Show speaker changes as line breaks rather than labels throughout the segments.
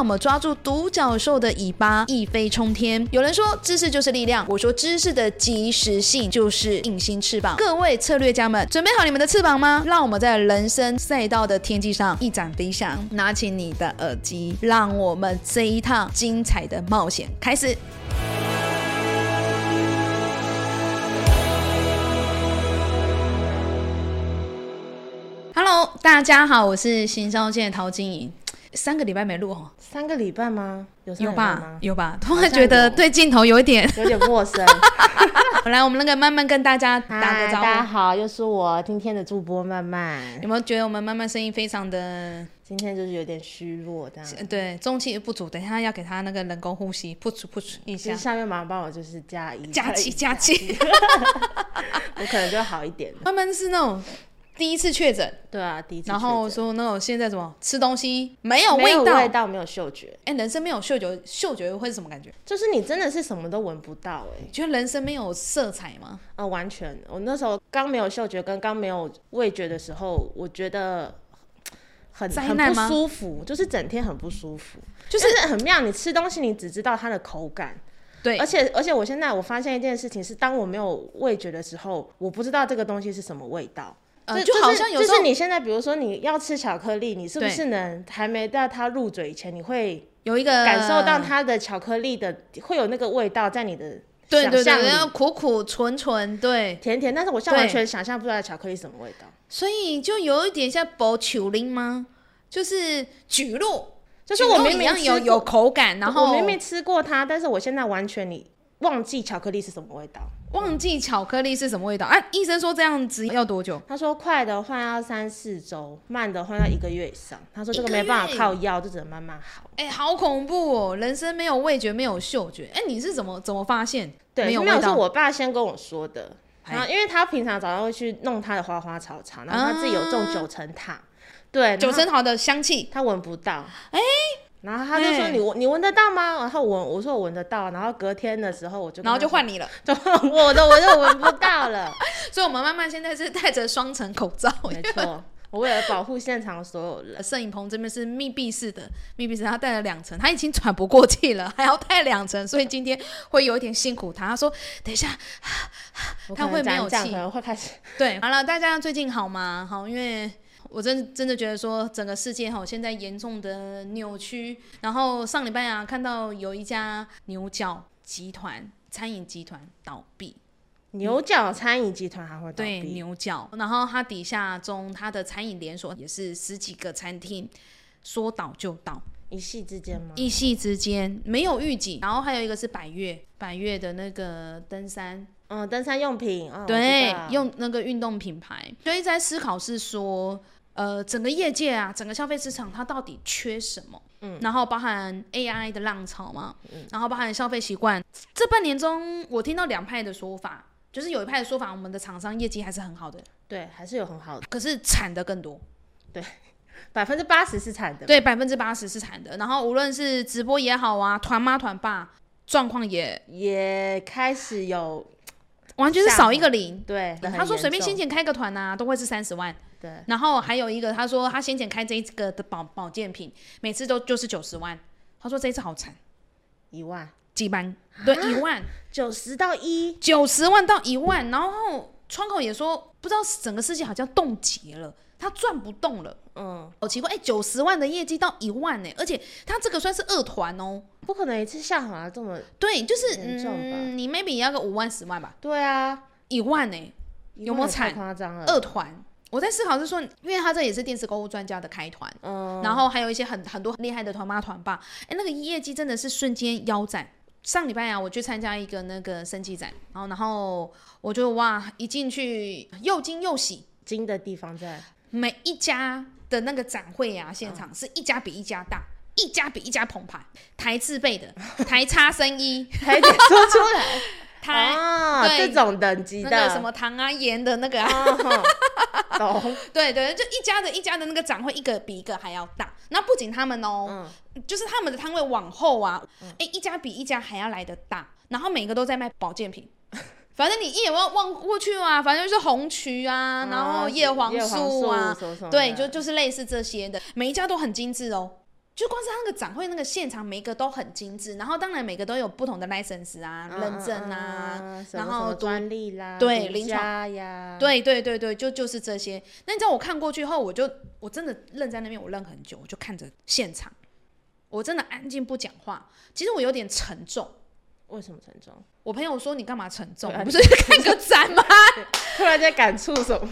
我们抓住独角兽的尾巴，一飞冲天。有人说知识就是力量，我说知识的及时性就是隐形翅膀。各位策略家们，准备好你们的翅膀吗？让我们在人生赛道的天际上一展飞翔。拿起你的耳机，让我们这一趟精彩的冒险开始。Hello，大家好，我是行销界的陶晶莹。三个礼拜没录哦，
三个礼拜吗？有三
有
个礼拜
吧
吗？？
有 吧？突
好
然
像
觉得
有
对镜头有一 点。
有点 陌生。
来，我们那个慢慢跟大家打
嗨
个招
大家
呼。
好，又是我今天的主播曼曼。
有没有觉得我们慢慢声音非常的
今天就是有点虚弱这样，
呃对中气不足？等一下要给他那个人工呼吸，噗嗤噗嗤一
其
下
实，下面麻烦帮我就是加一
加气
一，
加气。
我可能就好一点。
慢慢是那种第一次确诊，
对啊，第一次确诊，
然后说那种现在什么吃东西没有
没
味
有
道，
味道，没有嗅觉，
哎、人生没有嗅觉，嗅觉会是什么感觉？
就是你真的是什么都闻不到哎、
你觉得人生没有色彩吗？
啊、完全。我那时候刚没有嗅觉跟刚没有味觉的时候，我觉得。很
灾
很
难
不
吗
舒服，就是整天很不舒服，
就
就是很妙。你吃东西，你只知道它的口感，
对
而，且而且，我现在我发现一件事情是，当我没有味觉的时候，我不知道这个东西是什么味道。
呃，
这
就
这
好
是
像有
就
时候
是你现在，比如说你要吃巧克力，你是不
对
是能还没到它入嘴以前，你会
有一个
感受到它的巧克力的会有那个味道在你的
对对
想象
对，然后
里
苦苦纯纯，对，
甜甜，但是我现在完
对
全想象不出来巧克力什么味道，
所以就有一点像薄球林吗？就是举露，
就是我
举露
明
一
明
样
吃
有
过
有口感，然后
我明明吃过它，但是我现在完全你忘记巧克力是什么味道。
忘记巧克力是什么味道。哎、医生说这样子要多 久？
他说快的话要三四周，慢的话要一个月以上。他说这个
一个月
没办法靠药，就只能慢慢好。
哎、好恐怖哦！人生没有味觉，没有嗅觉。哎、你是怎么怎么发现？
对，
没有
有
味道
是我爸先跟我说的。
哎
然后因为他平常早上会去弄他的花花草草，然后他自己有种九层塔，对，
啊九
然
层
后
塔的香气，
他闻不到，哎、然后他就说
哎
你闻你闻得到吗？然后我我说我闻得到，然后隔天的时候我就跟
然后就
他说
换你了。
就我的我就闻不到了，
所以我们慢慢现在是戴着双层口 罩，
没错，我为了保护现场所有人。
摄影棚这边是密闭式的，密闭式他戴了两层，他已经喘不过气了，还要戴两层，所以今天会有一点辛苦他。他说：“等一下，
我
他
可能
会没
讲
有
一讲
气
可能会开始
对，好了，大家最近好吗？好，因为我真真的觉得说整个世界哈现在严重的扭曲。然后上礼拜啊，看到有一家牛角集团餐饮集团倒闭，
牛角餐饮集团还会倒
对
闭，
牛角，然后它底下中它的餐饮连锁也是十几个餐厅。说倒就倒，
一夕之间吗？
一夕之间没有预警，然后还有一个是百越，百越的那个登山
嗯，登山用品，哦、我
对
知道，
用那个运动品牌，所以在思考是说，呃，整个业界啊，整个消费市场它到底缺什么？嗯，然后包含 AI 的浪潮嘛，
嗯
然后包含消费习惯。这半年中，我听到两派的说法，就是有一派的说法，我们的厂商业绩还是很好的，
对，还是有很好的，
可是产的更多，
百分之八十是产的，
对，百分之八十是产的。然后无论是直播也好啊，团妈团爸，状况也
也开始有
完全是
下
少
滑
一个零。
对，很
他说
严
随便先
重嗯
前开个团呐、都会是三十万。
对，
然后还有一个，他说他先前开这一个的保保健品，每次都就是九十万，他说这一次好惨，
一万
几万，对，
啊
一万
九十到一，
九十万到一万，然后窗口也说不知道整个世界好像冻结了，他赚不动了，
嗯，
好奇怪，哎，九十万的业绩到一万呢、而且他这个算是二团哦，
不可能一次下滑这么，
对，就是
严重吧
嗯，你 maybe 要个五万十万吧，
对啊，
一万呢、
一
有没
万
有
也太
惨
夸张了，
二团。我在思考是说，因为他这也是电视购物专家的开团，
嗯，
然后还有一些很很多厉害的团妈团爸，哎，那个业绩真的是瞬间腰斩。上礼拜啊，我去参加一个那个生技展，然后然后我就哇，一进去又惊又喜，
金的地方在，
每一家的那个展会啊，现场是一家比一家大，一家比一家澎湃，台字辈的台差生一，
还得说出来
台、
啊，
对
这种等级
那
的
个什么糖啊盐的那个啊，
啊，懂，
对对，就一家的一家的那个展会，一个比一个还要大。那不仅他们哦，
嗯，
就是他们的摊位往后啊，哎，一家比一家还要来的大，然后每个都在卖保健品。反正你一眼望望过去啊，反正就是红曲 啊，然后叶
嗯
黄素啊，
什么什么的
对，就就是类似这些的，每一家都很精致哦。就光是它那个展会那个现场，每一个都很精致，然后当然每个都有不同的 license 啊、
嗯
认证
嗯
啊，
嗯嗯什
然
么
后
什么
独
专利啦，
对
独
临床
家呀，，
对对对对，就就是这些。那你知道我看过去后，我就我真的愣在那边，我愣很久，我就看着现场，我真的安静不讲话。其实我有点沉重。
为什么沉重？
我朋友说你干嘛沉重？
对啊
你不是 去看个展吗？
突然间感触什么？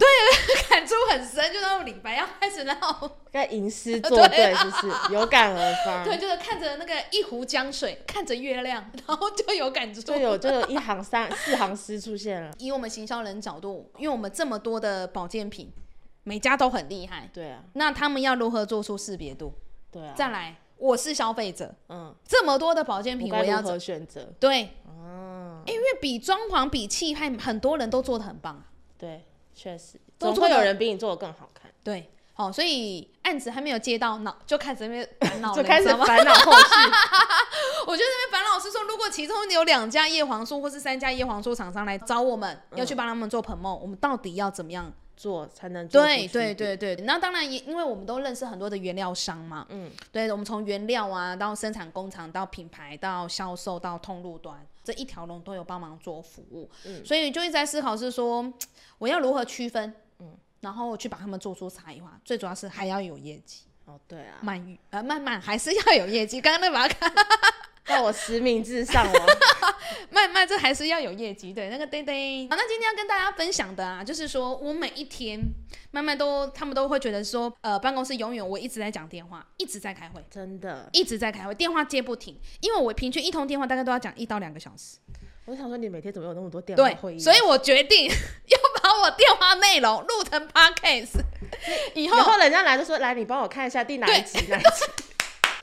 感触很深，就到礼拜要开始，然后
跟吟诗
对
作 对，啊是不是有感而发？
对，就是看着那个一壶江水，看着月亮，然后就有感触。
就有就有一行三四行诗出现了。
以我们行销人角度，因为我们这么多的保健品，每家都很厉害，
对啊，
那他们要如何做出识别度？
对啊，
再来，我是消费者，
嗯，
这么多的保健
我
品，
该
我要
如
怎
何选择？
对？
啊，
因为比装潢、比气派，很多人都做的很棒啊。
对，确实，
都
总
做
会有
得
人比你做的更好看，
对，好、所以案子还没有接到，脑就开始在那边烦恼了，
就开
你知
始
道吗？
烦恼后续。
我觉得那边樊老师说，如果其中有两家叶黄素或是三家叶黄素厂商来找我们，要去帮他们做 promo，、我们到底要怎么样
做才能做
对
出
对
区别，
对对，那当然也因为我们都认识很多的原料商嘛，
嗯，
对，我们从原料啊到生产工厂到品牌到销售到通路端这一条龙都有帮忙做服务，
嗯
所以就一直在思考是说我要如何区分，
嗯
然后去把他们做出差异化，最主要是还要有业绩，
哦对啊，
慢育呃慢慢还是要有业绩，刚刚那把它看
在我实名制上哦，
慢慢这还是要有业绩，对那个叮叮。好，那今天要跟大家分享的啊，就是说我每一天慢慢都，他们都会觉得说，呃，办公室永远我一直在讲电话，一直在开会，
真的，
一直在开会，电话接不停，因为我平均一通电话大概都要讲一到两个小时，
我想说你每天怎么有那么多电话会
对，
议？啊
所以我决定 要把我电话内容录成 podcast，以
以
后
后人家来就说来，你帮我看一下第哪一集哪一 集。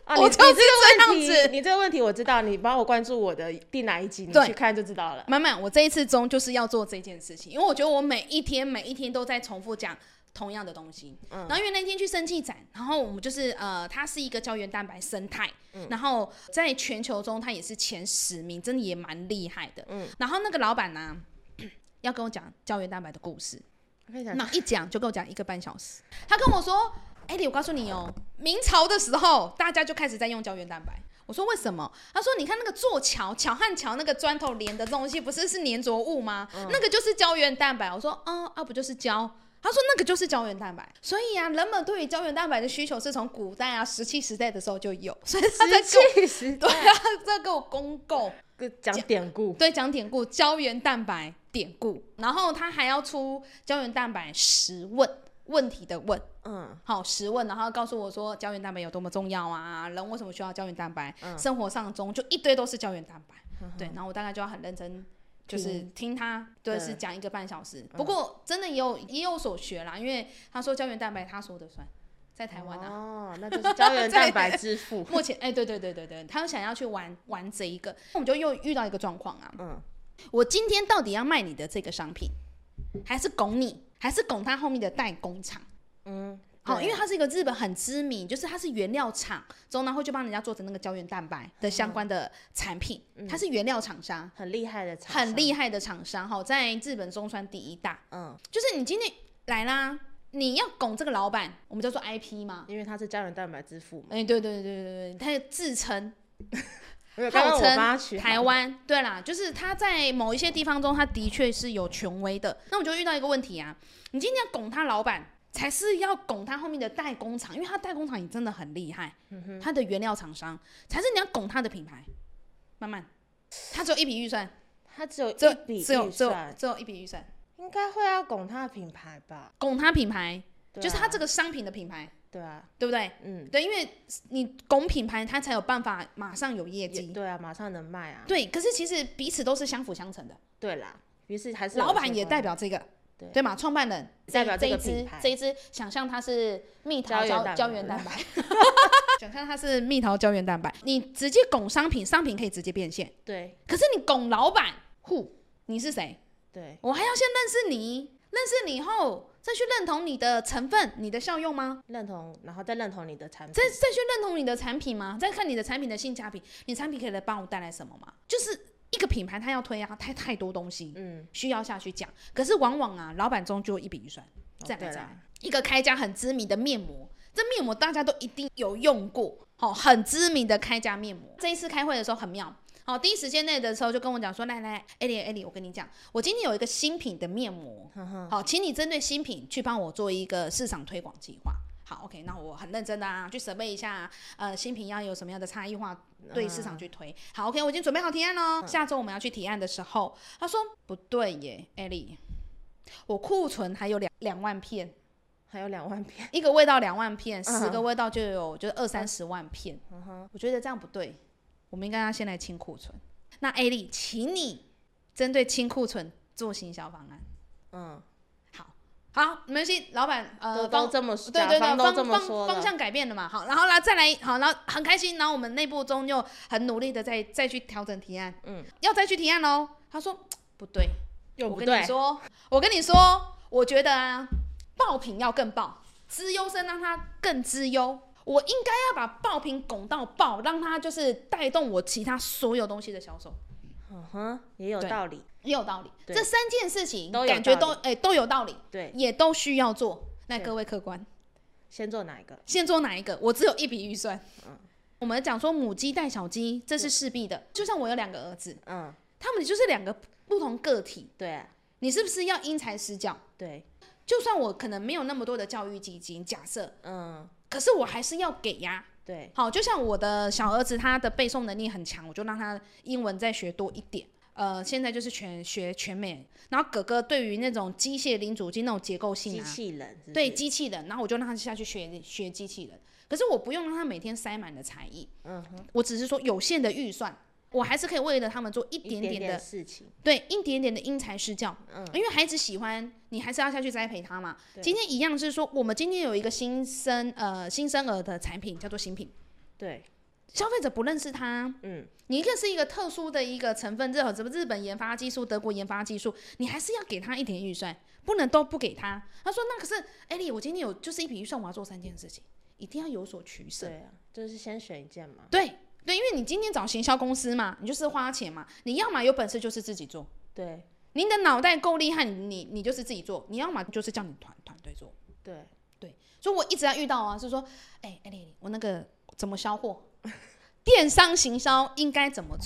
啊，你
我
你
就是
这个问
这样子
题，你这个问题我知道，你帮我关注我的第哪一集，你
对
去看就知道了。
满满，我这一次中就是要做这件事情，因为我觉得我每一天每一天都在重复讲同样的东西。
嗯
然后因为那天去生气展，然后我们就是呃，它是一个胶原蛋白生态，
嗯
然后在全球中它也是前十名，真的也蛮厉害的。
嗯
然后那个老板呢、 要跟我讲胶原蛋白的故事，
我跟你讲，
那一讲就跟我讲一个半小时。他跟我说：“艾莉，我告诉你哦，明朝的时候大家就开始在用胶原蛋白。”我说：“为什么？”他说：“你看那个做桥，桥和桥那个砖头连的东西，不是是粘着物吗？那个就是胶原蛋白。”我说：“哦，啊，不就是胶？”他说：“那个就是胶原蛋白。”所以啊，人们对于胶原蛋白的需求是从古代啊石器时代的时候就有，所以他在跟我
石器时
对啊，在给我公购。
代讲典故，
对，讲典故，胶原蛋白典故，然后他还要出胶原蛋白十问问题的问，
嗯，
好十问，然后告诉我说胶原蛋白有多么重要啊，人为什么需要胶原蛋白，
嗯
生活上中就一堆都是胶原蛋白，对，然后我大概就要很认真。就是听他，对，
对
是讲一个半小时。不过真的也有也有所学啦，因为他说胶原蛋白他说的算，在台湾啊，，
哦，那就是胶原蛋白之父
目前哎、对对对对对，他想要去玩玩这一个，我们就又遇到一个状况啊，
嗯，
我今天到底要卖你的这个商品，还是拱你，还是拱他后面的代工厂？
嗯，
好、哦
对
因为它是一个日本很知名，就是它是原料厂，中然后就帮人家做成那个胶原蛋白的相关的产品，它是原料厂商，
很厉害的嗯厂商，
很厉害的厂商哈，在日本中算第一大。
嗯，
就是你今天来啦，你要拱这个老板，我们叫做 IP 嘛。
因为他是胶原蛋白之父嘛。
哎、对对对对对，他自称
没有刚刚
号
我帮他取
称
好
台，湾，对啦，就是他在某一些地方中，他的确是有权威的。那我就遇到一个问题啊，你今天要拱他老板，才是要拱他后面的代工厂，因为他代工厂也真的很厉害，
嗯
他的原料厂商才是你要拱他的品牌。慢慢，他只有一笔预算，
他只有
只有
一笔
只有
预
只有
算，
只有一笔预算，
应该会要拱他的品牌吧？
拱他品牌，
对啊
就是他这个商品的品牌，
对啊，
对不对？
嗯，
对，因为你拱品牌，他才有办法马上有业
也
绩。
对啊，马上能卖啊。
对，可是其实彼此都是相辅相成的。
对啦，于是还是有
老板也
一些
代表这个，
对
吗？创办人
代表
这
这
一
个
支
品牌
这一支，想象它是蜜桃
胶原
胶
蛋 白
胶原蛋白， 想象它是蜜桃胶原蛋白，你直接拱商品，商品可以直接变现。
对
可是你拱老板户，你是谁？
对，
我还要先认识你，认识你以后再去认同你的成分、你的效用吗？
认同，然后再认同你的产品
再，再去认同你的产品吗？再看你的产品的性价比，你产品可以帮我带来什么吗？就是一个品牌，它要推啊，太太多东西
嗯，
需要下去讲。可是往往啊，老板终究一笔预算。
哦
再来
对
再
啦
来，一个开家很知名的面膜，这面膜大家都一定有用过，哦，很知名的开家面膜。这一次开会的时候很妙，哦，第一时间内的时候就跟我讲说，来来，艾莉艾莉，我跟你讲，我今天有一个新品的面膜，
哼哼，
好，请你针对新品去帮我做一个市场推广计划。好，OK，那我很认真的啊，去准备一下，呃，新品要有什么样的差异化对
嗯
市场去推。好，OK，我已经准备好提案喽。下周我们要去提案的时候，他说不对耶，艾莉，我库存还有两两万片，
还有两万片，
一个味道两万片，
嗯
十个味道就有就是二三十万片。
嗯哼，
我觉得这样不对，我们应该要先来清库存。那艾莉，请你针对清库存做行销方案。
嗯，
好，好，没关系，老板，
都
呃，
都
方
这么
对对对，
甲方
方
都这么
方
说
方
了，
向改变了嘛，好，然后啦，再来，好，然后很开心，然后我们内部中又很努力的再再去调整提案，
嗯，
要再去提案喽。他说不对，
又
我
不
跟你
对，
说，我跟你说，我觉得啊，爆品要更爆，资优生让他更资优。我应该要把爆品拱到爆，让它就是带动我其他所有东西的销售，
嗯哼，也有
对
道理，
也有道理。
对
这三件事情
都有
感觉
道
都哎、都有道理，
对，
也都需要做。那
对
各位客官，
先做哪一个？
先做哪一个？我只有一笔预算。
嗯
我们讲说母鸡带小鸡，这是势必的。就像我有两个儿子，
嗯，
他们就是两个不同个体，
对啊，
你是不是要因材施教？
对，
就算我可能没有那么多的教育基金，假设，
嗯，
可是我还是要给呀。
对，
好，就像我的小儿子，他的背诵能力很强，我就让他英文再学多一点。呃，现在就是全学全美，然后哥哥对于那种机械零组件那种结构性
机
啊，
器人是不是
对，机器人，然后我就让他下去学学机器人。可是我不用让他每天塞满了才艺，
嗯哼，
我只是说有限的预算，我还是可以为了他们做一
一
点
点
点的，
事情，
对，一点点的因材施教。
嗯，
因为孩子喜欢，你还是要下去栽培他嘛。
对
今天一样是说，我们今天有一个新生呃新生儿的产品叫做新品，
对，
消费者不认识它，
嗯，
你一个是一个特殊的一个成分，日本什么日本研发技术、德国研发技术，你还是要给他一点预算，不能都不给他。他说：“那可是艾莉，我今天有就是一笔预算，我要做三件事情，一定要有所取舍。
对啊，就是先选一件嘛，
对对，因为你今天找行销公司嘛，你就是花钱嘛，你要么有本事就是自己做，
对，
您的脑袋够厉害，你你你就是自己做，你要么就是叫你团团队做。
对，
所以我一直要遇到啊，是 说，哎、艾莉，我那个怎么销货？电商行销应该怎么做？